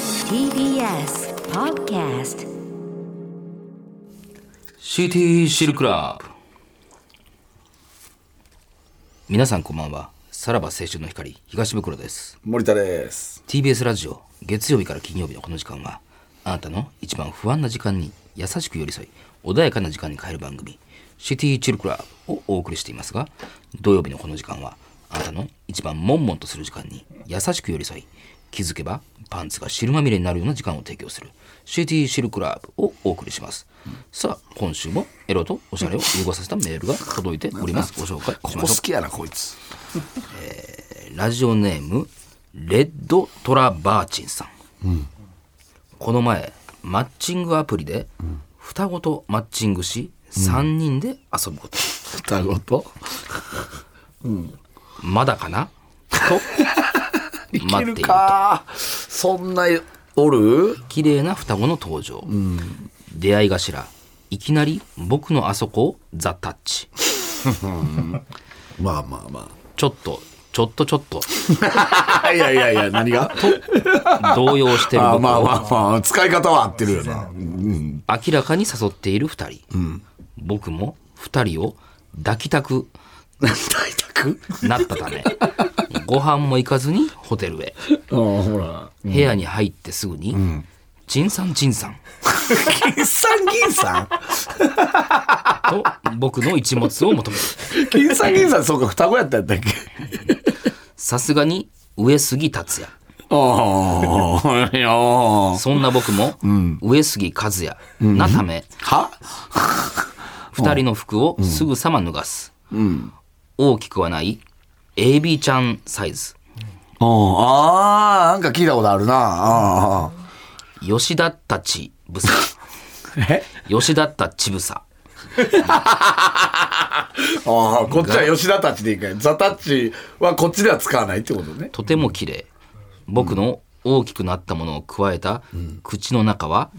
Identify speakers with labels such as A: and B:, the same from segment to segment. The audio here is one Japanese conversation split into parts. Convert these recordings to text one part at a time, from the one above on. A: TBS Podcast
B: CT シルクラブ皆さんこんばんはさらば青春の光東袋です
C: 森田です。
B: TBS ラジオ月曜日から金曜日のこの時間はあなたの一番不安な時間に優しく寄り添い穏やかな時間に変える番組「シティチルクラブ」をお送りしていますが土曜日のこの時間はあなたの一番悶々とする時間に優しく寄り添い気づけばパンツが汁まみれになるような時間を提供する「シティシルクラブ」をお送りしますさあ今週もエロとおしゃれを融合させたメールが届いておりますご紹介
C: こ
B: しま
C: こ好
B: しょう
C: きやな、こいつ。
B: ラジオネームレッドトラバーチンさん、この前マッチングアプリで双子とマッチングし、3人で遊ぶこと
C: 双子と。
B: まだかな と
C: いけ
B: 待っ
C: る
B: ていると
C: か。そんな、おる
B: 綺麗な双子の登場、出会い頭いきなり僕のあそこをザ・タッチ
C: まあまあま
B: ちょっとちょっとちょっと
C: あ。いやいやい や、何が
B: 動揺してる
C: あ
B: 僕
C: まあ
B: を
C: まあまあ、使い方は合ってるよな。うん。
B: 明らかに誘っている2人、僕も2人を抱きたく
C: 大宅
B: なったためご飯も行かずにホテルへ
C: ああ、ほら。
B: 部屋に入ってすぐに、チンさんチンさん
C: 金さん銀さ
B: と僕の一物を求める
C: ん金さん銀さん、そうか、双子やったやったっけ
B: さすがに上杉達也
C: ああ、いやー
B: そんな僕も、上杉和也なため、
C: は
B: 二人の服をすぐさま脱がす、大きくはない AB ちゃんサイズ
C: うんああ、なんか聞いたことあるな。ああ
B: 吉田たちぶさ
C: え
B: 吉田たちぶさ
C: ああ、こっちは吉田たちでいいかい。ザタッチはこっちでは使わないってことね。
B: とても綺麗僕の大きくなったものを加えた口の中は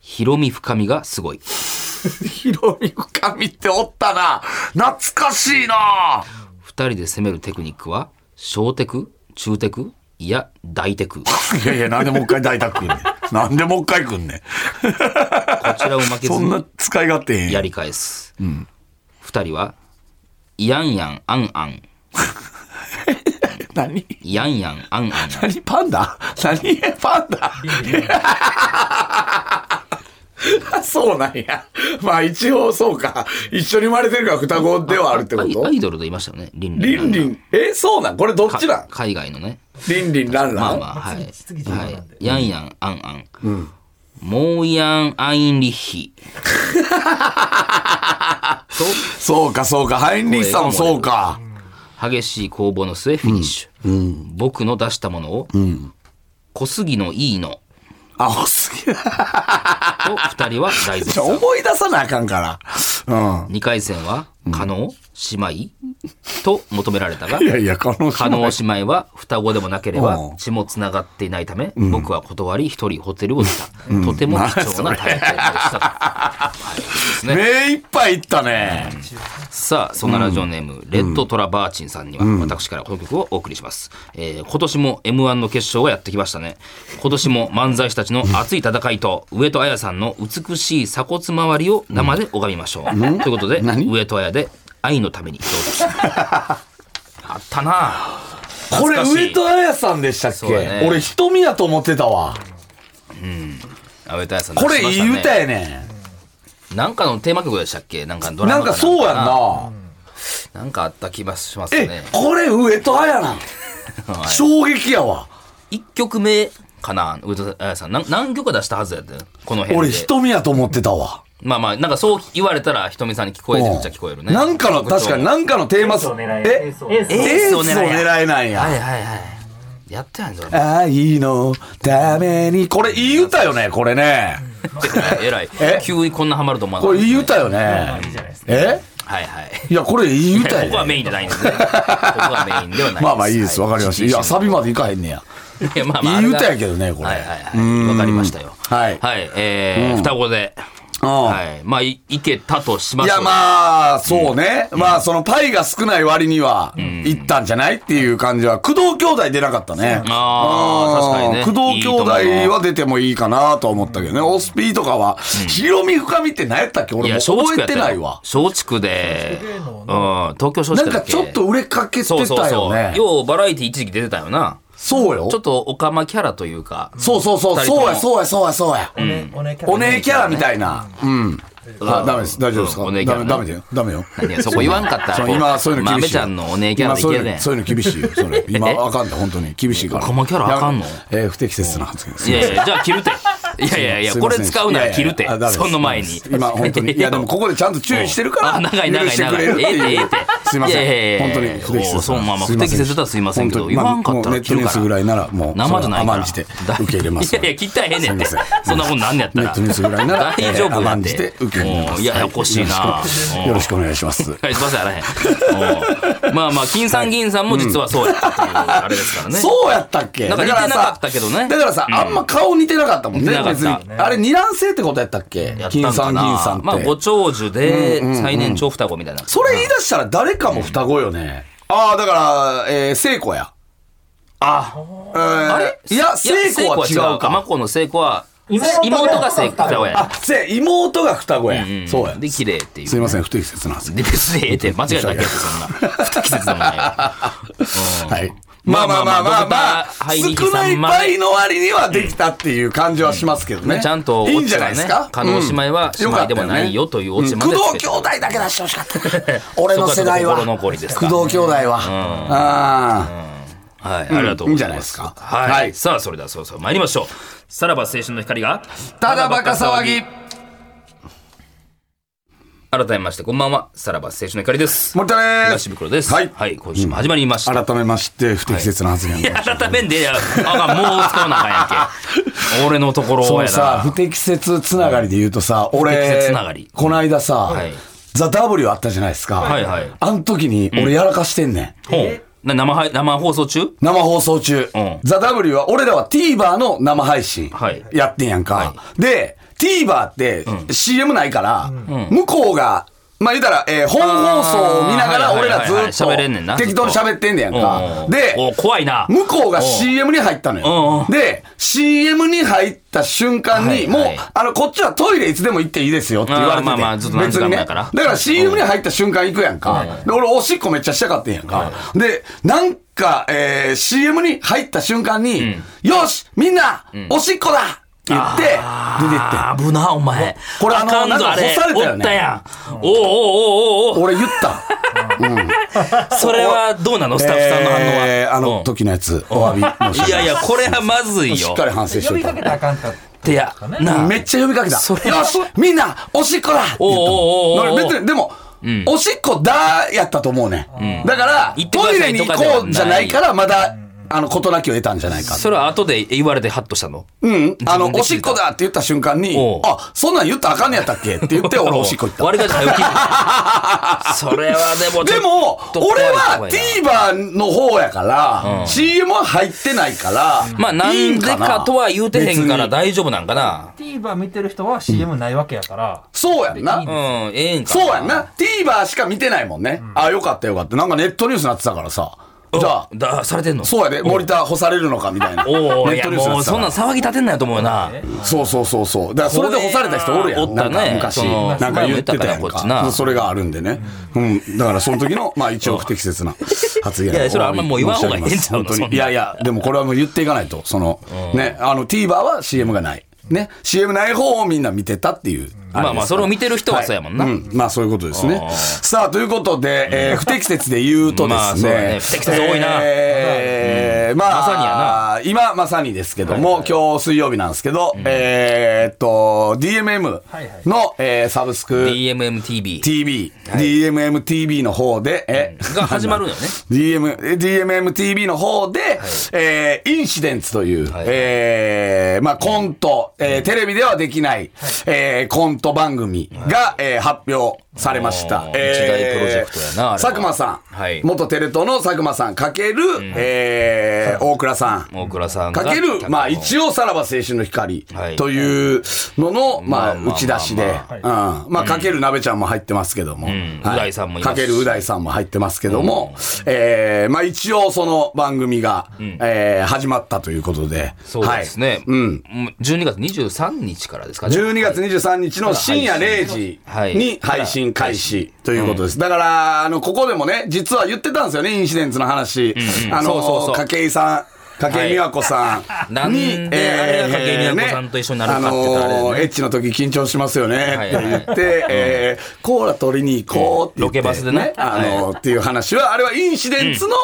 B: 広み深みがすごい
C: ヒロミ深みっておったな。懐かしいな。
B: 二人で攻めるテクニックは小テク中テクいや大テクこ
C: いやいや、なんでもう一回大宅くんねん。なんでもう一回くんねん。
B: ちらを負けず
C: そん
B: に
C: な使い勝手へん
B: や
C: やん。
B: り返す二人はやんやんあんあん
C: 何
B: やんやんあんあ ん
C: 何パンダ何パンダ そうなんや。まあ一応そうか。一緒に生まれてるから双子ではあるってこ
B: アイア
C: と
B: イドルでいましたよねリン
C: リンリン。え、そうなんこれどっ
B: か
C: ちなん
B: 海外のね
C: リンリンラン
B: ま
C: ラ
B: あ
C: ン、
B: まあはい、はい、やんやんあんあん、もうやんアインリッヒと
C: そうかそうか。ハインリッサもそうか。
B: 激しい攻防の末フィニッシュ、僕の出したものを、小杉のいいの
C: あ、おすぎ
B: と二人は大絶賛
C: 思い出さなあかんから。
B: 二回戦は加納姉妹と求められたが
C: うん。いやいや、可能
B: 加
C: 性
B: 納姉妹は双子でもなけれ
C: う
B: ば
C: ん
B: 血もつながっていないため、僕は断り一人ホテルを出た、とても貴重な体験をしたと、はいですね
C: 目いっぱいいったね。
B: さあそんなラジオネーム、レッドトラバーチンさんには私からこの曲をお送りします、えー今年も m 1の決勝がやってきましたね今年も漫才師たちの熱い戦いと上戸彩さんの美しい鎖骨周りを生で拝みましょう、ということで上戸彩で愛のためにどうぞあったなあ
C: こ
B: 懐
C: れ、
B: かしい
C: 上戸彩さんでしたっけ
B: そうやね
C: 俺、瞳やと思ってたわ。
B: 上戸彩さん出
C: これ、
B: しま
C: い
B: したね
C: い歌やね
B: なんかのテーマ曲でしたっけなんかのド
C: ん。
B: ラマ
C: なんかそうやんな。
B: なんかあった気がします
C: え
B: ね、
C: これ、上戸彩なん。衝撃やわ。
B: 一曲目かな上戸彩さんなん何曲か出したはずやったよこの辺で
C: 俺、瞳やと思ってたわ。
B: まあまあ、なんかそう言われたら、ひとみさんに聞こえてるっちゃ聞こえるね。
C: なんかの、確かになんかのテーマソング。えエースを狙えないや
B: は。いはいはい。やってない ぞ。
C: 愛のために。これ、いい歌よね、これね。
B: えらい
C: え。
B: 急にこんなハマると思わな
C: こ
B: かっ
C: れ、
B: た
C: いい歌よね。え
B: はいはい。
C: いや、これ、いい歌
B: こ
C: や
B: こは
C: ね。
B: メインじゃないんですね。ここはメインではないです。
C: まあまあ、いいです。わかりました。いや、サビま
B: で。
C: でいかへんねや。
B: いやまあまあ
C: いい歌やけどねこれ
B: はいはいはい。わかりましたよ。
C: はい
B: はい。えー、双子で。
C: うん
B: はい。まあ、いいけたとしま
C: い
B: しょう。
C: や、まあ、そうね。まあ、そのパイが少ない割には、行ったんじゃないっていう感じは、工藤兄弟出なかったね。
B: あー確かにね
C: うん工藤兄弟
B: いいと
C: は
B: 思
C: 出てもいいかなとは思ったけどね。オスピーとかは、ヒロミ深みって何やったっけ俺もう覚えてないわ。
B: 松竹で、うん、東京松
C: なん
B: 竹だ
C: か
B: っけ
C: ちょっと売れかけてた
B: そうそう
C: よ
B: そ
C: ね
B: う。。ようバラエティ一時期出てたよな。
C: そうよ
B: ちょ。っとオカマキャラというか、
C: そうそうそう。
B: 二人と
C: そう
B: も
C: や、そうや、そうや、そうや。
D: おねキャラ
C: お姉キャラみたいな。うん。あ、ダメです。大丈夫です
B: うん
C: か
B: お姉キャ
C: ダ
B: ラ
C: メ、
B: ね
C: ダメだよ。ダメよ。
B: いやそこ言わんかった
C: そ
B: ら、
C: う今そういうの厳
B: 豆
C: しい
B: ち
C: よ。
B: ゃんのお姉キャラ
C: 今
B: でいけ
C: そういう
B: るね
C: のそういうの厳しいよ。そ れ今
B: え
C: あかんで本当に厳しいから。
B: このキャラあかんの
C: やめえー不適切な発言。
B: いやいや、じゃあ切る て。いやいやいや、
C: すい
B: こ
C: ませ
B: れ
C: ん
B: 使うなら切る
C: い
B: て
C: やいやあ。ダメです
B: その前に。
C: 今 本当にいやでもここでちゃんと注意してるか
B: あ
C: ら
B: 長い長い
C: 許してくれるって
B: 長いええってえ
C: い
B: えっ
C: う
B: て。
C: すいま
B: いやいや
C: せ
B: い
C: ん
B: や
C: 本当に不適切
B: お
C: な
B: そうまあまあ
C: すいせん
B: 不適切だとすいませんけど
C: 本当にまあ
B: 言わんかったら
C: もうネットニュースぐらいならもう
B: 生じゃないか
C: 甘
B: ら。
C: んじて受け入れます
B: いやいや、切ったらええねんって。
C: すいません
B: そんなもんなんねやった
C: ネ
B: ら。
C: ットニュースぐらいなら
B: 大丈夫やって
C: えー甘んじて受け入れま
B: も
C: す
B: ういやややこしいな
C: はいよろしくお願いします
B: はい、すいません、あらへん。うんまあまあ、金さん銀さんも実はそうやったっていう、あれですからね。
C: そうやったっけ
B: なんか似てなかったけどね
C: だからさ、だからさあんま顔似てなかったもんね
B: 似てなかっ
C: 別
B: た
C: にあれ二卵性ってことやったっけ
B: やったん
C: 金
B: か
C: さん
B: な
C: 銀さんって、
B: まあ、ご長寿で最年長双子みたいな。
C: それ言い出したら誰かも双子よね、ああだからえー、聖子や
B: あ、
C: えー、
B: あれ
C: いや聖子は違うか
B: マコの聖子は、
D: 妹が
B: 妹が聖子双子や。
C: あせ妹が双子や、
B: うん
C: そうや
B: で、綺麗っていう。
C: すいません不適切な発言
B: で、別にええ って、間違えただけやって、そんな。不適切なもんないわ
C: はいまあまあまあまあまあ、
B: まあまあ
C: 少ない倍の割にはできたっていう感じはしますけどね。
B: ねちゃんと、
C: いいんじゃないですか。
B: 加納姉妹は姉妹でもないよというオチま
C: うん
B: で
C: 工
B: つけ
C: 藤
B: て
C: 兄弟だけ出してほしかった。俺の世代は。
B: そこはちょっと心残りですか
C: 工藤兄弟は。うん。
B: はい、ありがとうございます。
C: いいんじゃないですか
B: はい。
C: はい
B: さあ、それではそうそう参りましょう。さらば青春の光が、
C: ただバカ騒ぎ。
B: 改めまして、こんばんは。さらば青春の光です。
C: 森田で
B: 東
C: す。
B: 袋です。
C: はい
B: 今週も始まりました。
C: 改めまして、不適切な発言
B: い。や改めんで、いやあかんもう使わなあかんやん け。俺のところ
C: そ
B: や
C: のさ、不
B: な。
C: 適切つながりで言うとさ、
B: 不適切
C: 俺
B: つながり、
C: この間さ
B: はい、
C: ザ・ W あったじゃないですか。
B: はいはい
C: あの時に俺やらかしてんねん。
B: ほうな生配生放送中
C: 生放送中、
B: うん
C: ザ・ W は、俺らは TVer の生配信
B: はい
C: やってんやんか。
B: は
C: で、TVer って CM ないから、向こうが、まあ言うたら、えー本放送を見なが
B: あ
C: ら
B: ー
C: 俺
B: はい
C: らず
B: はいはい
C: っ
B: 喋れんねんな
C: と適当に喋ってんねやん
B: うんう
C: か
B: ん。
C: で、
B: お怖いな。
C: 向こうが
B: お
C: CM に入ったの
B: うんう
C: よ。で、CM に入った瞬間
B: は
C: に、
B: い
C: もう
B: はい、
C: あの、こっちはトイレいつでも行っていいですよって言わ
B: あ
C: れて
B: ーまあまあずっと
C: て。
B: 何時間も
C: ね。
B: や
C: だ
B: か
C: からら CM に入った瞬間行くやんか。で、俺おしっこめっちゃしたかってんやんか。で、なんか、えー CM に入った瞬間に、よしみんなおしっこだって言って、出てってん。
B: あ危な、お前。
C: これあの
B: かん
C: なん
B: ぞ
C: か
B: あれ
C: 干された
B: お
C: よね
B: ったやん。おうおうおうおうおう
C: 俺言った。
B: それはどうなの スタッフさんの反応は。
C: えーあの時のやつ、お詫び申し
B: う
C: 上
B: ん。いや
C: げ
B: いや、これはまずい
C: し
B: よ
C: っ。かり反省し
D: 呼
C: と
D: び
C: いた
D: か。けたらあかんかった
B: ってや、なあ。
C: めっちゃ呼びかけた。
B: それ
C: よしみんなおしっこだって言った
B: おうおうおうおう
C: だから別に、でも、おしっこだやったと思うね。だから
B: 行っ、てくだ
C: ト
B: さい
C: イレに行こうじゃないから、まだ、あの、事なきを得たんじゃないか。
B: それは後で言われてハッとしたの。
C: うん。あの、
B: 自分で聞いた
C: おしっこだって言った瞬間に
B: おう、
C: あ、そんなん言ったらあかんねやったっけって 言って、俺おしっこ行った。
B: 割り勘じゃな いそれはでもちょ
C: で
B: っ
C: も
B: と、怖い
C: 俺
B: 怖
C: はい
B: な
C: TVer の方やから、CM は入ってないから、
B: まあなんでかとは言うてへんから
C: 別に
B: 大丈夫なんかな。
D: TVer 見てる人は CM ないわけやから、
C: そうやんな。
B: うん、ええんか
C: そうやんな。TVer しか見てないもんね。ああ、よかったよかった。なんかネットニュースになってたからさ。じ
B: じ
C: ゃ
B: ゃ
C: あ
B: あ、、だ、されてんの
C: そうやで、森田干されるのかみたいな。ネ
B: おお、い
C: ッ
B: や
C: トニュースに
B: も
C: な
B: う
C: ってた
B: そん
C: か
B: な
C: ら。
B: 騒ぎ立てんなよと思うよな。
C: そうそうそうそう。だからそれで干された人おるやん。
B: おったね
C: なんか昔、
B: その
C: なんか言ってたやん
B: 前も言ったからこっちな
C: か。それがあるんでね。うん。だからその時の、まあ一応不 適切な発言
B: いやそれあんまもう言わん方がええんちゃうの
C: 本当に
B: そんない
C: やいや、でもこれはもう言っていかないと。その、ね、あの TVer は CM がない。ね。CM ない方をみんな見てたっていう。れですから
B: まあまあそれを見てる人はそうやもんな
C: はいうんまあそういうことですね。さあ、ということで、えー不適切で言うとで
B: まあ
C: す
B: そうだ
C: ね
B: ね。不適切多いな
C: えーまあ、
B: まさにやな
C: あー今まさにですけども、今日水曜日なんですけど、えーっと、DMM の、
D: はいはい
C: えーサブスク
B: DMMTV。
C: TV、DMMTV の方で、え、
B: が始まるのよね
C: DM、え DMMTV の方で、えーインシデンツという、
B: はい
C: えーまあコント、えーテレビではできない、えーコント番組が、えー発表されました
B: おー。
C: えー
B: 一大プロジェクトやなあれは
C: 佐久間さん、
B: はい
C: 元テレ東の佐久間さんかける、えー大倉さん。
B: 大倉さんが
C: かける、まあ一応さらば青春の光
B: はい
C: というのの、まあ
B: まあ
C: 打ち出しで、
B: ま
C: うんまあかけるなべちゃんも入ってますけども、
B: ん
C: は
B: う大さんもいます
C: か
B: し
C: けるう大さんも入ってますけども、えーまあ一応その番組が、えー始まったということで、
B: そうですね、
C: はいうん。
B: もう12月23日からですかね
C: 12月23日の深夜0時
B: はい
C: に配信開始ということです。だから、あの、ここでもね、実は言ってたんですよね、インシデンツの話。あ
B: そうそうそ
C: の、
B: う
C: 筧さん。筧美和子さんに、
B: なんであれが筧美和子さんと一緒になるかって言ったらあれだね
C: あのエッチの時緊張しますよね
B: はい
C: って言って、えーコーラ取りに行こうって言って
B: ロケバスでね
C: あの、っていう話は、あれはインシデンツの、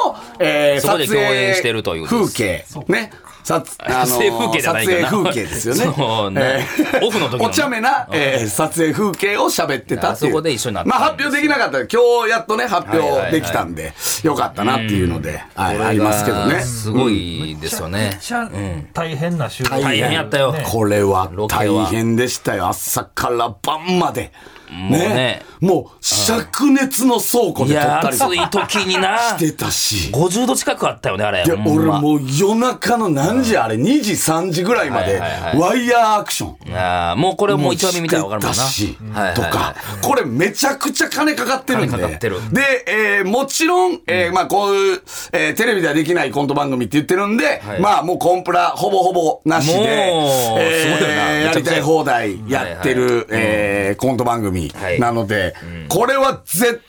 C: えー
B: そこで
C: 撮影
B: 共演してるということで
C: 風
B: す
C: 景。ね。撮あの
B: 撮影風景じゃないけどな
C: 撮影風景ですよね。
B: そうね
C: えー
B: オフの時のね
C: お茶目な、えー撮影風景を喋ってたってい
B: あそ
C: う。
B: こで一緒になったんで
C: ます
B: よ
C: あ発表できなかった。今日やっとね、発
B: はいはいは
C: 表
B: い
C: できたんで、よかったなっていうので、はい
B: これが
C: ありますけどね。
B: すごいですよ
D: め
B: ね
D: っ、ちゃ大変な収録。
B: 大変やったよ
D: ね
C: これは
B: ロケ
C: 大
B: は
C: 変でしたよ。朝から晩まで。
B: もうね
C: もう、灼熱の倉庫
B: い
C: で撮
B: や
C: ったりと
B: 暑い
C: か
B: 時にな
C: してたし。
B: 50度近くあったよねあれ
C: いや、
B: ほん
C: 俺
B: ま
C: もう夜中の何時あれ、2時、3時ぐらいま
B: は
C: で、
B: いはいはい
C: ワイヤーアクション。
B: あーもうこれはもう一話目見たら分かるもんな。
C: してたし
B: はいはい
C: とか、これめちゃくちゃ金かかってるんで。
B: 金かかってる
C: で、えーもちろん、えーまあこういう、えーテレビではできないコント番組って言ってるんで、
B: はい
C: まあもうコンプラほぼほぼなしで、
B: もうすごいよな
C: えーやりたい放題やって
B: はいは
C: る、えーコント番組
B: はい
C: なので、これは絶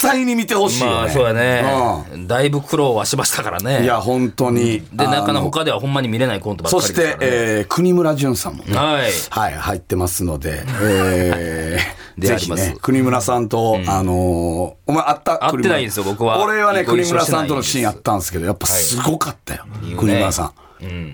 C: 対に見てほしいよね。
B: まあそうやね、
C: う
B: だいぶ苦労はしましたからね。
C: ん。いや、本当に。
B: で、なかなか
C: あの
B: 他ではほんまに見れないコントばっか
C: そ
B: りです
C: し
B: から、ね
C: て、。えー国村淳さんもね、
B: はい
C: はい、入ってますので、え ー
B: で
C: ぜ
B: あり
C: ひ
B: ます
C: ね、国村さんと、あのーお前、あった
B: 会ってないんですよ
C: 国
B: 僕は
C: 村俺はね、
B: ご
C: 国
B: 一緒してないん
C: 村
B: です
C: さんとのシーンあったんですけど、やっぱすごかったよ、
B: いいよね
C: 国村さん,、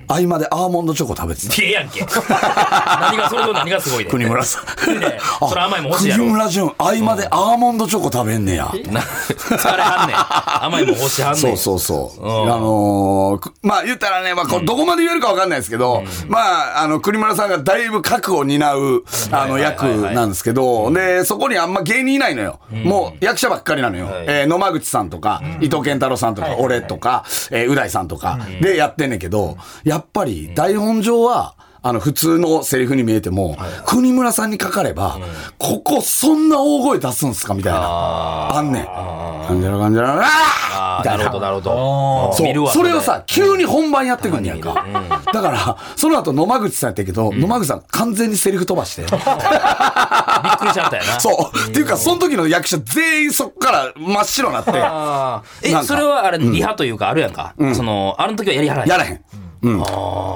C: 合間でアーモンドチョ コ食べてた。
B: ピエやんけ。何が、それと何がすごいで。
C: 国村さん。
B: いねそれ甘いもん欲しいやろ
C: 国村淳、合間でアーモンドチョコ食べんねや。
B: な 疲れはんねん。甘いもん欲しはんねん。
C: そうそうそう。あのーくまあ言ったらね、まあこれどこまで言えるかわかんないですけど、まあ、あの、栗村さんがだいぶ核を担う、あの、
B: はいはい
C: 役
B: はいはい
C: なんですけど、で、そこにあんま芸人いないのよ。もう役者ばっかりなのよ。
B: はい
C: えー野間口さんとか、伊藤健太郎さんとか、俺とか、えーう大さんとか、でやってんねんけど、やっぱり台本上は、あの、普通のセリフに見えても、国村さんにかかれば、ここそんな大声出すんすかみたいな。あんねん。かんじゃらかんじゃらら
B: あ
C: み
B: あ、な
C: たい
B: るほど、なるほ
D: あ
B: ど。
C: そう
B: 見るわ。
C: それをさ、急に本番やってくんねやんか。だから、その後野間口さんやったけど、野間口さん完全にセリフ飛ばして。
B: それ、びっくりしちゃったよな。
C: そう。っていうか、その時の役者全員そっから真っ白になって、や
B: あー
C: な
B: え、
C: んか
B: それはあれ、リハというか、あるやんか。その、あの時はやりはらへん。
C: れへん。うん。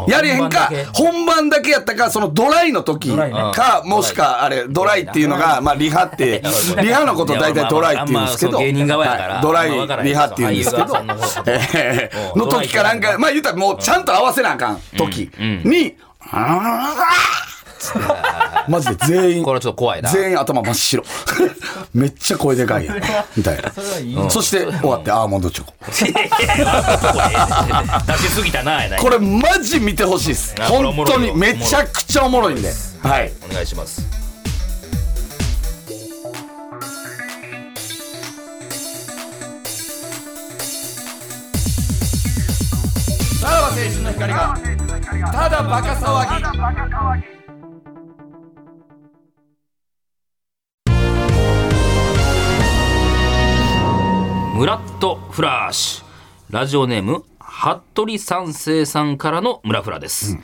C: やれへん
B: 本番だ、
C: か
B: け
C: 本番だけやったか、そのドライの時
D: ドライね
C: か、もしか、あれ、ドライっていうのが、まあ、リハって、 リハのこと大体ドライって言うんですけど、
B: いやまあまあ芸人側やから
C: はいド
B: まあわか
C: ラ
B: ら
C: イ、
B: へん
C: リハって言うんですけど
B: 俳優側さん、の
C: え
B: う
C: ー
B: ん
C: の時かなんか、まあ言ったらもうちゃんと合わせなあかん時に、あららららら マジで全員
B: これはちょっと怖いな。
C: 全員頭真っ白。 めっちゃ声でかいやん。 みたい
D: それはいい
C: な。そして終わってアーモンドチョコ。
B: 出しすぎたな、やない
C: これマジ見てほしいです。
B: あこれおもろい
C: 本当
B: よ
C: にめちゃくちゃおもろいんで。はい。
B: お願いします。
C: さらば青春の光が、ただバカ騒ぎ。
B: ムラッとフラッシュラジオネーム服部三世さんからのムラフラです、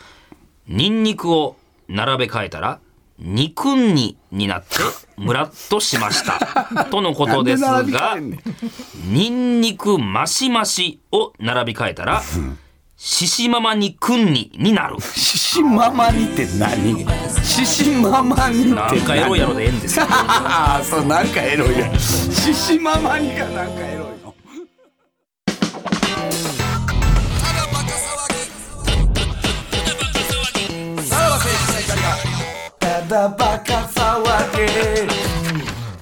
B: ニンニクを並べ替えたら肉にになってムラッとしましたとのことです
C: なんで並
B: が
C: び替えんねん
B: ニンニクマシマシを並び替えたらシシママにくんにになる
C: シシママにって何シシママにって
B: な
C: 何
B: んかエロいやろでええんですよ
C: ああ、そう、なんかエロいやん。シシママにがなんかエロいの。ただバカ騒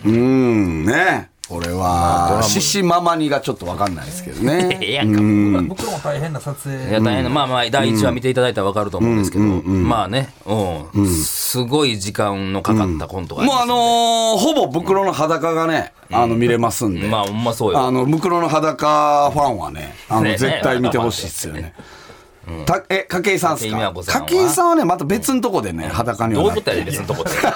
C: ぎ。うーん、ね。俺は、シシママにがちょっとわかんないですけど
B: ええ
C: ね。
B: やんか
D: 僕らも大変な撮
B: い
D: 影。
B: や大変な、まあまあ第一話見ていただいたら分かると思うんですけど、まあね、うん、すすごい時間のかかったコントが
C: もうあ
B: ありま
C: のーほぼ袋の裸がね、あの、見れますん
B: す
C: で。
B: ねまあほんまそうよ
C: あの、袋の裸ファンはね、あの、
B: ね
C: 絶対見てほしいですよね。たえ、筧さんです
B: 筧美和子
C: か
B: さんは
C: 筧さんはね、また別のとこでね、裸に
B: ど
C: は
B: うい
C: な
B: う
C: っ
B: ことや
C: て
B: ねん別のとこって な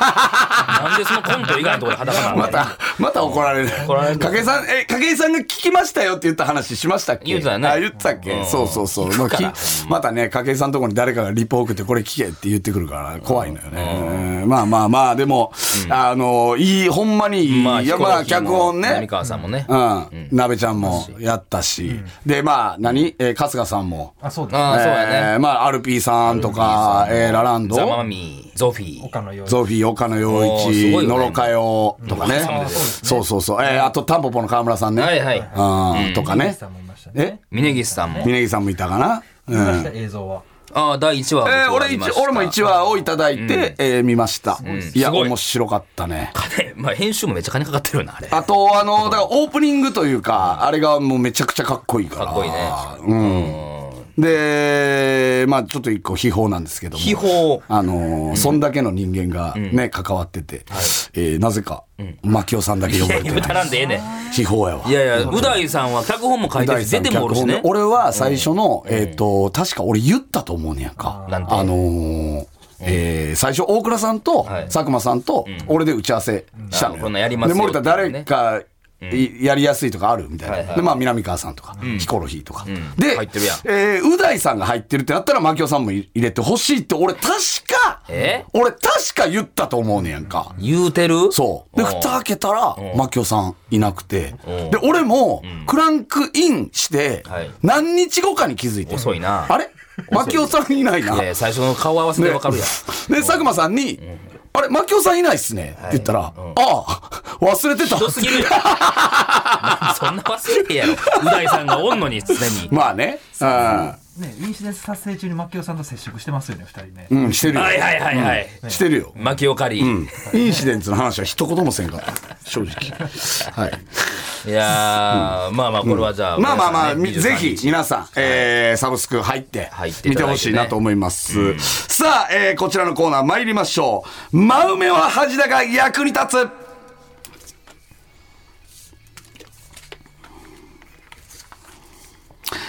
B: んでそのコント以外のとこで裸なんだ
C: ま
B: よ
C: た、また怒られる。
B: 怒られる
C: 筧さん、え、筧さんが聞きましたよって言った話しましたっけ
B: 言うてたね
C: あ、言ってたっけ、
B: うん
C: そうそうそう。もうきまたね、筧さんのとこに誰かがリポ送ってこれ聞けって言ってくるから怖いのよね。うんまあまあまあ、でも、あの、いい、ほんまにいい、
B: まあ
C: いや
B: ヒコ
C: ま
B: ロ
C: あ、
B: ヒー
C: 脚
B: も
C: 本
B: 浪
C: ね。
B: 川さんもね
C: うん。鍋ちゃんもやったし。で、まあ、何えー春日さんも。
D: あ、そうだ。
B: ああそうや
C: え
B: ね
C: ーまあ、アルピーさんとか、えーラランド。
B: ザマミーゾフィー
D: 他のように。
C: ゾフィー、岡野陽
B: おーす
C: 一、
B: ごいよね
C: 野呂佳代とかね
B: うんあーそうで。
C: そうそうそう。えーあと、タンポポの河村さんね。
B: はいはい
C: うんとかね
D: さん。もいましたね。
C: え
B: 峯岸さんも
C: 峯岸さんもいたかな
D: 見
C: う
D: ま
C: ん
D: し。た映像は。
B: ああ第1話
C: えー俺一俺も1話をいただいて、えー見ました。い
B: す
C: や、
B: ごい
C: 面白かったね。
B: 話まあ編集もめっちゃ金かかってるよなあれ
C: あと、あの、だからオープニングというか、あれがもうめちゃくちゃかっこいいから。
B: かっこいいね
C: うん。で、まあちょっと一個秘宝なんですけども。
B: 秘宝
C: あのーそんだけの人間がね、関わってて、えーなぜか、マキオさんだけ呼ばれて
B: 歌
C: な。
B: ないんでええねん
C: 秘宝やわ
B: い。やいや、う大さんは脚本も書いてるし、出てもおるしね
C: で。俺は最初の、えっ、と、確か俺言ったと思うねやんか。
B: なんて
C: あのーえー最初大倉さんと
B: はい
C: 佐久間さんと俺で打ち合わせした
B: なるほ
C: のよ。
B: どこんなんやりますよ
C: で森田
B: っていうね
C: 誰かいやりやすいとかあるみたいな。
B: はいはい
C: でまあ南川さんとか、ヒコロヒーとか。で、
B: 入ってるやん
C: えーう大さんが入ってるってなったら牧雄さんも入れてほしいって俺確か
B: え、
C: 俺確か言ったと思うねやんか。
B: 言うてる
C: そう。で、
B: ん
C: 蓋開けたら、マキオさんいなくて。
B: ん
C: で、俺も、クランクインして
B: はい、
C: 何日後かに気づいて。
B: 遅いな
C: あれマキオさんいないな。
B: いやいや、最初の顔合わせでわ かるやん。
C: で、佐久間さんに、あれ、マキオさんいないっすね。って言ったら、ああ、忘れてた
B: ひ。どすぎるやん。 そんな忘れてやろ。う大さんがおんのに、常に。
C: まあね。う
D: ね、インシデンス撮影中にマキオさんと接触してますよね、二人ね。
C: ん。うん、してるよ。
B: はいはいはいはい。
C: してるよ。
B: 巻きおかり。
C: インシデンツの話は一言もせんかった。正直。はい。
B: いやー、まあまあ、これはじゃあ。
C: まあまあまあ、み
B: 皆さ
C: ぜ
B: んね
C: ひ。皆さん、えーサブスク入って
B: 入って、い
C: 見
B: た
C: て
B: だいてね
C: ほしいなと思います。さあ、えーこちらのコーナー参りましょう。真梅は恥だが役に立つ。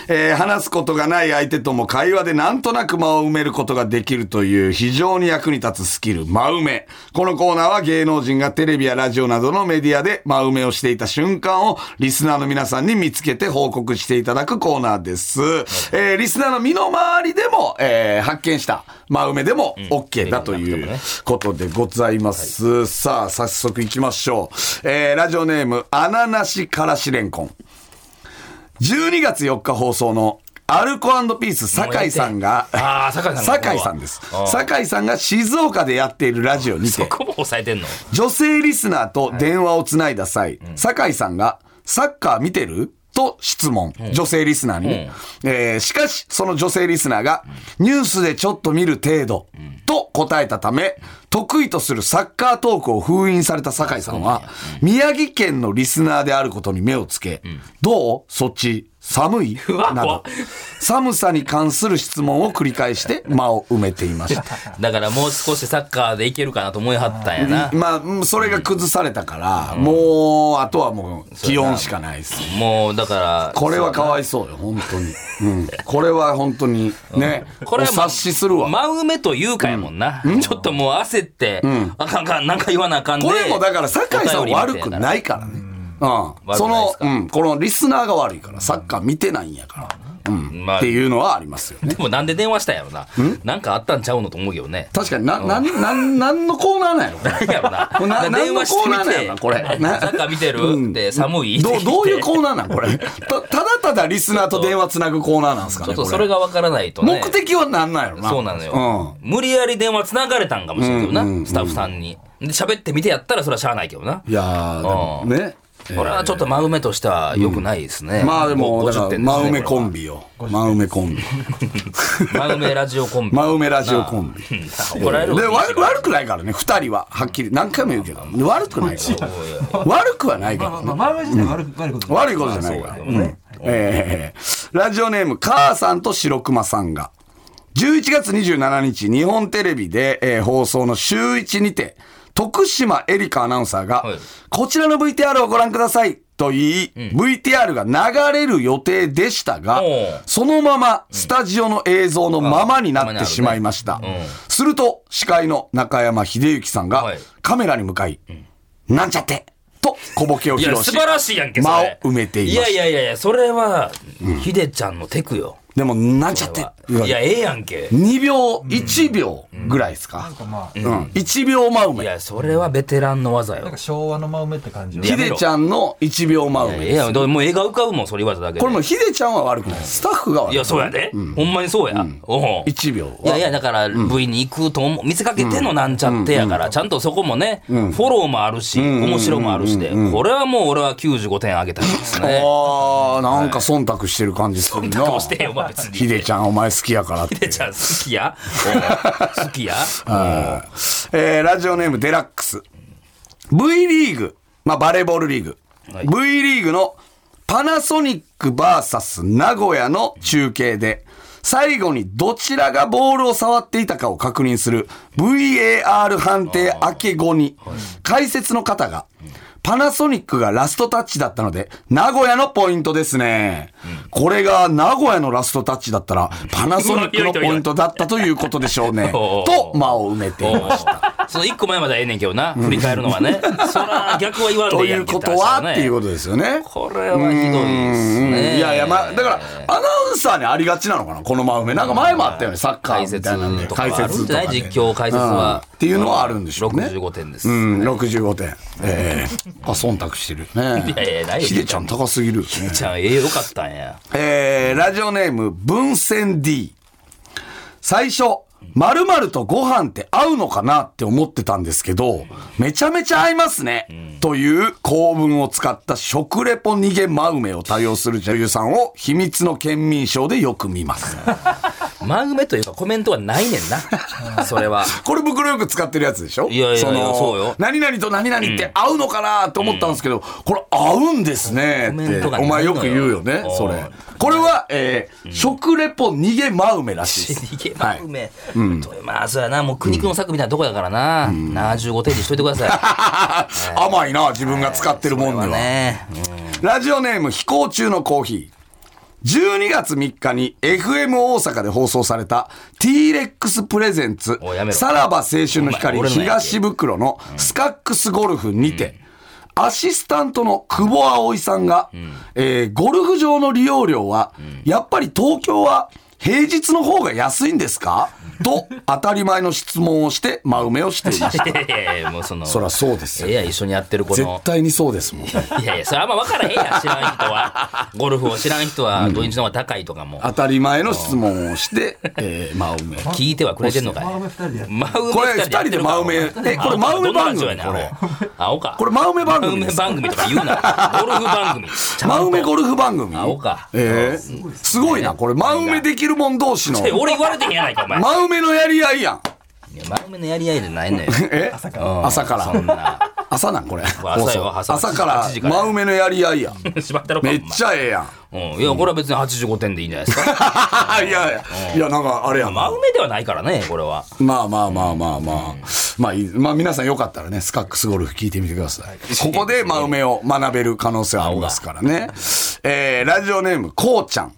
C: えー話すことがない相手とも会話でなんとなく間を埋めることができるという非常に役に立つスキル、間埋め。このコーナーは芸能人がテレビやラジオなどのメディアで間埋めをしていた瞬間をリスナーの皆さんに見つけて報告していただくコーナーです。えーリスナーの身の回りでも、えー発見した間埋めでも OK だと
B: でき
C: い
B: なくて
C: う
B: もね
C: ことでございます。さあ、早速行きましょう。えーラジオネーム、アナナシからしれんこん。12月4日放送のアルコピース酒井さんが
B: もうやってあー酒井さんが
C: 酒井さんです
B: あー
C: 酒井さんが静岡でやっているラジオに
B: そ
C: て
B: こも抑えてんの
C: 女性リスナーと電話をつないだ際、酒井さんがサッカー見てると質問、女性リスナーにね、えーしかし、その女性リスナーが、ニュースでちょっと見る程度、と答えたため、得意とするサッカートークを封印された酒井さんは、宮城県のリスナーであることに目をつけ、どうそっち、寒 い
B: わ
C: な
B: 怖っ
C: ど、寒さに関する質問を繰り返して間を埋めていま した。
B: だからもう少しサッカーでいけるかなと思いはったんやな。
C: まあうん、それが崩されたから、もう、あとはもう、気温しかないです。
B: もう、だから。
C: これはかわいそうよ、本当に。うん。これは本当に、ね。こ
B: こ
C: れ
B: れ
C: は
B: は
C: 察しするわ。
B: 真埋めというかやもんな。ちょっともう焦って、あかんあかん、なんか言わなあかんで。
C: これもだから、酒井さ
B: お便
C: ん
B: り待っ
C: 悪
B: て
C: く
B: んやから
C: ないからね。うん。
B: 悪
C: そ
B: くないで
C: の
B: す、か
C: うん。このリスナーが悪いから、サッカー見てないんやから。うん。
B: まあ
C: っていうのはありますよね。
B: でもなんで電話したんやろな。なんかあったんちゃうのと思うけど ね。
C: 確かにな、なん、なん、なんのコーナーなんやろこれ
B: 何やろな。
C: これな
B: なんか電話してみ
C: 何のコーナーなんや
B: て。
C: ろなこれな
B: サッカー見てるって寒 い
C: どう、どういうコ
B: ー
C: ーナーなんこれ。た、ただただリスナーと電話つなぐコーナーなんですか
B: ちょ
C: ね
B: っ
C: ことれ
B: それがわからないとね。
C: 目的はなんなんやろな。
B: そうなの
C: うん
B: よ。。無理やり電話つながれたんかもしれんけどな。スタッフさんに。で、喋ってみてやったらそれはしゃあないけどな。
C: いやー、でもね。
B: これはちょっと真埋めとしては良くないですね。
C: まあでも、だ
B: 50
C: か
B: 点
C: ら、
B: ですね
C: 真梅コンビよ。真梅コンビ。
B: 真埋めラジオコンビ。
C: 真梅ラジオコンビ。
B: 怒られる
C: で、悪悪くないからね、二人は。はっきり。何回も言うけど。悪くないから。悪くはないか
D: ま
C: ら
D: あ
C: ね。
D: まあ、前々自体悪く、悪いこと
C: 悪いことじゃないから。うんえーラジオネーム、母さんと白熊さんが。 11月27日、日本テレビで、えー放送の週1にて、徳島エリカアナウンサーが、
B: はい
C: こちらの VTR をご覧くださいと言い、VTR が流れる予定でしたが
B: おう、
C: そのままスタジオの映像のままになってしまいました。
B: うん
C: すると、司会の中山秀幸さんが
B: はい、
C: カメラに向かい、なんちゃってと小ボケを
B: い
C: 披
B: や
C: 露
B: 素
C: し、
B: 晴らしいやんけそ
C: 間を
B: れ
C: 埋めていました。
B: いやいやいやいやそれはヒデちゃんのテクよ
C: でも、なんちゃっ
B: こ
C: て
B: れ
C: っ
B: は
C: て言わ
B: いや
C: れて。
B: ええやんけ
C: 2秒、1秒ぐらいですか
D: なん。かまあ、
C: うん。1秒真埋
B: い
C: め。
B: やそれはベテランの技
D: なん
B: よ
D: か昭和の真梅って感じは。
C: ヒ
B: やめ
C: デ
B: ろ
C: ちゃんの1秒真埋
B: え
C: め
B: え
C: です。
B: やんどうもう映画浮かぶもんそれ言われただけで
C: これもヒデちゃんは悪くない。スタッフが悪い。
B: いやそうやでほんまにそうやおう
C: 1秒。
B: いやいや、だから、V に行くと思う、見せかけてのなんちゃってやから、ちゃんとそこもね、フォローもあるし、面白もあるしで、これはもう俺は95点あげたいです ね。
C: あー、なんか忖度してる感じする な。
B: 忖度もしてへんよお前別に
C: ヒデちゃんお前好きやからって
B: ヒ。デちゃん好きやおう好き や
C: えーラジオネームデラックス。V リーグ、まあ、バレーボールリーグ。
B: はい
C: V リーグのパナソニック VS 名古屋の中継で、最後にどちらがボールを触っていたかを確認する VAR 判定明け後に、解説の方が、パナソニックがラストタッチだったので、名古屋のポイントですね。これが名古屋のラストタッチだっ たら、パナソニックのポイントだったということでしょうね。
B: おー
C: と、間を埋めていました。
B: その一個前まではええねんけどな、振り返るのはね。 そら、逆は言わんで
C: と
B: ええ
C: い
B: や
C: うん
B: け
C: ことは、っていう
B: こ
C: ことですよね。
B: これはひどいです
C: うん
B: ね。
C: いやいや、まあ、だから、アナウンサーにありがちなのかな、この真埋め。なんか前もあったよね、サッカー
B: 解
C: み
B: 説
C: たいなんで。
B: とかはあるんじゃない
C: 解説とかで
B: 実況解説は
C: う。んっていうのはあるんでしょうね
B: 65点です
C: う。ん、65点。 ええ。あ、忖度してるよね。
B: いやいやないよ
C: ヒデちゃん高すぎるよね。
B: じゃあ、ええよかったんや。
C: えーラジオネーム、文鮮 D。最初、〇〇とご飯って合うのかなって思ってたんですけど、めちゃめちゃ合いますね、という構文を使った食レポ逃げ真梅を多用する女優さんを秘密の県民賞でよく 見ます。
B: マグメというかコメントはないねんな。それ は。
C: これ袋よく使ってるやつでしょ
B: いやいやいや
C: の
B: そうよ
C: 何々と何々って合うのかなと思ったんですけど、これ合うんですね
B: コ
C: っ
B: メン
C: て、
B: トがないの
C: お
B: よ
C: 前よく言うよね
B: お、ー
C: それ。これは、えー食レポ逃げ真梅らしいです。
B: 逃げまうめ、というまあそうやなもう苦肉の策みたいなとこやからな、75点にしといてく ださい
C: 甘いな、自分が使ってるもん
B: これは
C: では。
B: ね、
C: ラジオネーム飛行中のコーヒー。12月3日に FM 大阪で放送された T-Rex プレゼンツ
B: おいやめろ
C: さらば青春の光
B: お前俺のやんけ
C: 東袋のスカックスゴルフにて、アシスタントの久保葵さんが、えーゴルフ場の利用料は、やっぱり東京は平日の方が安いんですかと当たり前の質問をして真埋めをしていました。
B: いやいやも うその
C: そらそうですよ
B: ええやん一緒にやってる子の
C: 絶対にそうですもん。
B: いやいやそれあんま分からへんやん知らん人はゴルフを知らん人は土日の方が高いとかも、
C: 当たり前の質問を して、えー、真埋め。
B: 聞いてはくれてんのかい
D: 真梅二人でやって
B: 真埋め
C: これ二人で真埋め
B: やってるから
C: えこれ真埋め番
B: 青かどんなラジ
C: 組
B: オやねん青青か
C: これ真埋め番組
B: 真埋
C: で
B: め
C: す
B: 番組とか言うなゴルフ番組ちゃんと
C: 真埋めゴルフ番組
B: 青か
C: えー、すごいな。これ、真埋めできるもん 同士の、
B: え
C: 真
B: 俺言われてへんやないかお前
C: 埋めのやり合いやん。
B: いや真埋めのやり合いじゃない のよ
C: え朝から。朝か
B: そん
C: ら。
B: な
C: 朝なんこれ。
B: わ朝よ
C: 放送
B: 朝
C: 朝から、
B: 8
C: 真
B: 時から
C: 埋めのやり合いやん。
B: しまったろか
C: めっちゃええ やん。
B: お前うん、いやこれは別に85点でいいんじゃないです か
C: いやいや、いや、なんかあれやん。
B: 真埋めではないからねこれは
C: まあまあまあまあまあ。まあいい、まあ皆さんよかったらね、スカックスゴルフ聞いてみてください。ここで真梅を学べる可能性はありますからね。えー、ラジオネーム、こうちゃん。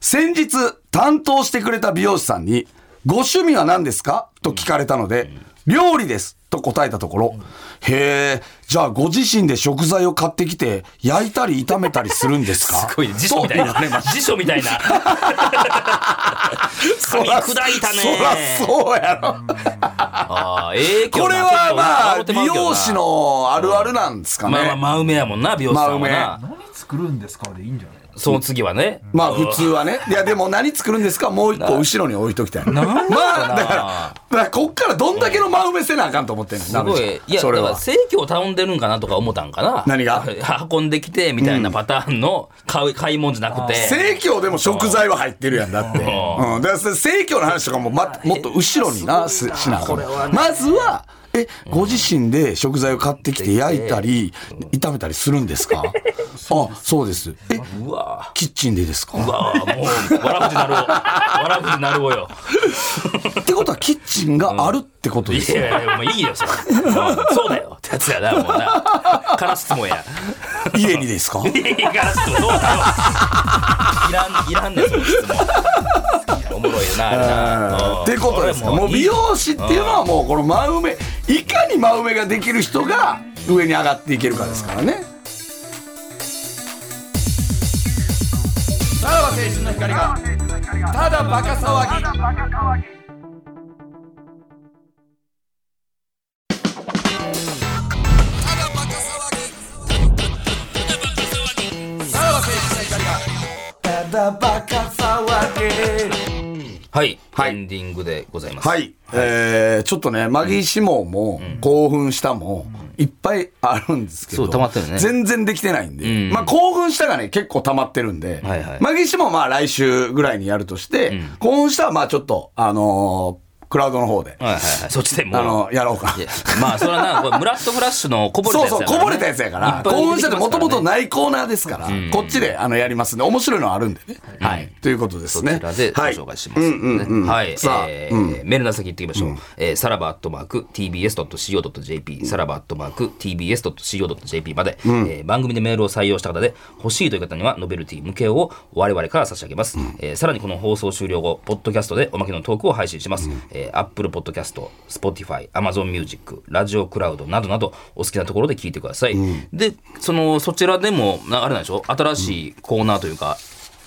C: 先日、担当してくれた美容師さんに、ご趣味は何ですかと聞かれたので、料理ですと答えたところ、へえ、じゃあご自身で食材を買ってきて、焼いたり炒めたりするんですか
B: すごいね辞書みたいな
C: と言われました
B: 辞書みたいな噛み砕いたね
C: そらそうやろ。
B: ああええけど
C: これ
B: な
C: はまあ、
B: ちょっと笑うて
C: 美
B: まうけどな
C: 容師のあるあるなんですかね。
B: まあまあ真埋めやもんな美容師さんは
C: 真
B: な
D: 何作るんですかでいいんじゃない
B: その次はね
C: まあ普通はね。いやでも何作るんですかもう一個後ろに置いときたい。まあだから、だからこっからどんだけの真埋めせなあかんと思ってんの。
B: すごいいや
C: それ
B: だから
C: は。
B: 正規を頼んでるんかなとか思ったんかな
C: 何が
B: 運んできてみたいなパターンの買う買い物じゃなくて
C: 正教でも食材は入ってるやんだって。うん。だから正教の話とかもまもっと後ろにな、すしなあかん。まずは、え、ご自身で食材を買ってきて焼いたり、炒めたりするんで すかあ、そうです。え、
B: うわ
C: キッチンでですか
B: ーうわーもう、わらふじなるお。わらふじなるおよ。
C: ってことはキッチンがあるってこと
B: い
C: ですよ。
B: やいやいや、お前いいよ、それ。うんそうだよ。ってやつやな、もうな。から質問や。
C: 家にですか
B: いいから質問、どうだよ。いらん、いらんねん、その質問。おもろいよな、あれな。うん
C: ってことですか。もう美容師っていうのはもうこの真埋め、いかに真埋めができる人が上に上がっていけるかですからね。さらば青春の光が、ただバカ騒ぎ。
B: はい、
C: はい
B: エンディングでございます。
C: はい。えー、ちょっとね、マギーシモンも、興奮したも、いっぱいあるんですけど。
B: そう溜まってるね
C: 全然できてないんで。
B: ん
C: まあ、興奮したがね、結構溜まってるんで。
B: はいはい
C: マギーシモンはまあ、来週ぐらいにやるとして、興奮したはまあ、ちょっと、あのークラウドの方で、
B: はいはいはい。そっちでもう。
C: あのやろうか
B: い。やまあ、それはな、これ、ムラットフラッシュのこぼれた
C: そう
B: やつや
C: そう、
B: からね、
C: こぼれたやつやから、
B: いっぱい
C: 興
B: 出
C: 奮
B: てき
C: したってもともと
B: ますか
C: ないコーナーですから、こっちであのやりますんで、面白いのはあるんでね。はい。ということで
B: ら
C: す
B: ね。
C: ね。
B: そちらでご
C: はい
B: 紹介します
C: うんうんう
B: の
C: ん
B: で。はい。
C: さあ、
B: え
C: うん
B: ーメールの先言っておきましょう。えーさらばアットマーク tbs.co.jp、さらばアットマーク tbs.co.jp まで、えー番組でメールを採用した方で、欲しいという方には、ノベルティ向けを我々から差し上げます。えーさらにこの放送終了後、ポッドキャストでおまけのトークを配信します。えー Apple Podcast、Spotify、Amazon Music、ラジオクラウドなどなど、お好きなところで聞いてください。で、その、そちらでも、なあれなんでしょう新しいコーナーというか、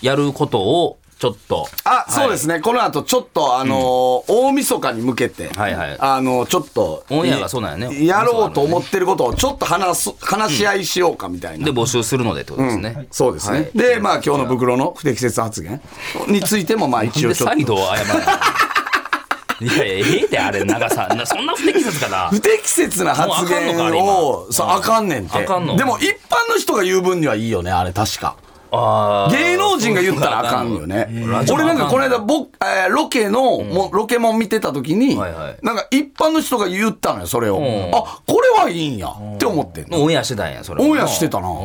B: やることを、ちょっと。
C: あ、そうですね。この後、ちょっと、あのー大晦日に向けて、
B: はいはい
C: あのーちょっと、
B: オンエアがそうなんやね
C: いやろうと思ってることを、ちょっと話す、話し合いしようかみたいな。
B: で、募集するのでってことですね。
C: そうですね。
B: はい
C: で、まあ、今日の袋の不適切発言についても、まあ、一応
B: で、
C: ちょっ
B: 再
C: と。
B: 度謝らない。いやいや、ええで、あれ、長さ。なそんな不適切かな。
C: 不適切な発
B: も
C: 言
B: うあかんのか
C: を、そう、あかんねんて。
B: あかんの
C: でも、一般の人が言う分にはいいよね、あれ、確か。
B: あー
C: 芸能人が言ったらあかんよね
B: ラ。ジオ
C: 俺なんかこの間
B: あ
C: 僕、えーロケの、もロケもん見てた時に、
B: はいはい
C: なんか一般の人が言ったのよ、それを。
B: ん
C: あ、これはいいんや、って思ってん
B: かんの
C: の。
B: オンエアしてたんや、それ。
C: オンエアしてたな。
B: うん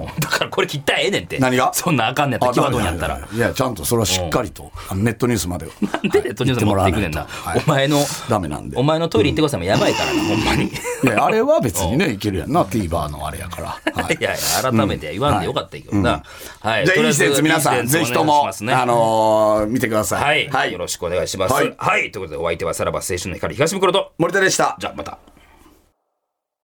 C: うん。
B: だからこれ切ったらええねんって。
C: 何が
B: そんなあかんねんって、際どいんやったら。
C: いや、ちゃんとそれはしっかりと、あのネットニュースまで。
B: なんでネットニュースに持っていくねんな。
C: はい
B: お前の、
C: ダメなんで
B: お。前のトイレ行ってくださいもやばいからな、ほんまに。
C: いや、あれは別にね、いけるやんな、TVer のあれやから。はい
B: いやいや、改めて言わんでよかったけどな。はい。
C: じゃあ、
B: とりあ
C: い
B: え
C: い
B: ず
C: センス皆さ
B: いい
C: ん、
B: セ
C: ぜ
B: ン
C: ひ
B: ス
C: と
B: お願いし
C: も、
B: ますね
C: あのー見てくださ。
B: はいい、よろ
C: しく。
B: しくお願いします。
C: は
B: はいい、ということでお相手はさらば青春の光東袋と
C: 森田でした。
B: じゃあまた。